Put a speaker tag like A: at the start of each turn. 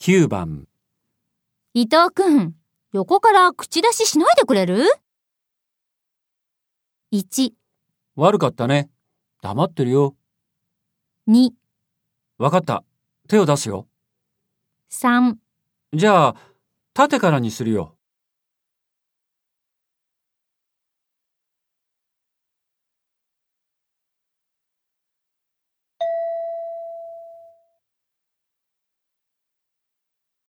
A: 9番、
B: 伊藤くん、横から口出ししないでくれる ?1、
A: 悪かったね。黙ってるよ。
B: 2、
A: わかった。手を出すよ。
B: 3
A: じゃあ、縦からにするよ。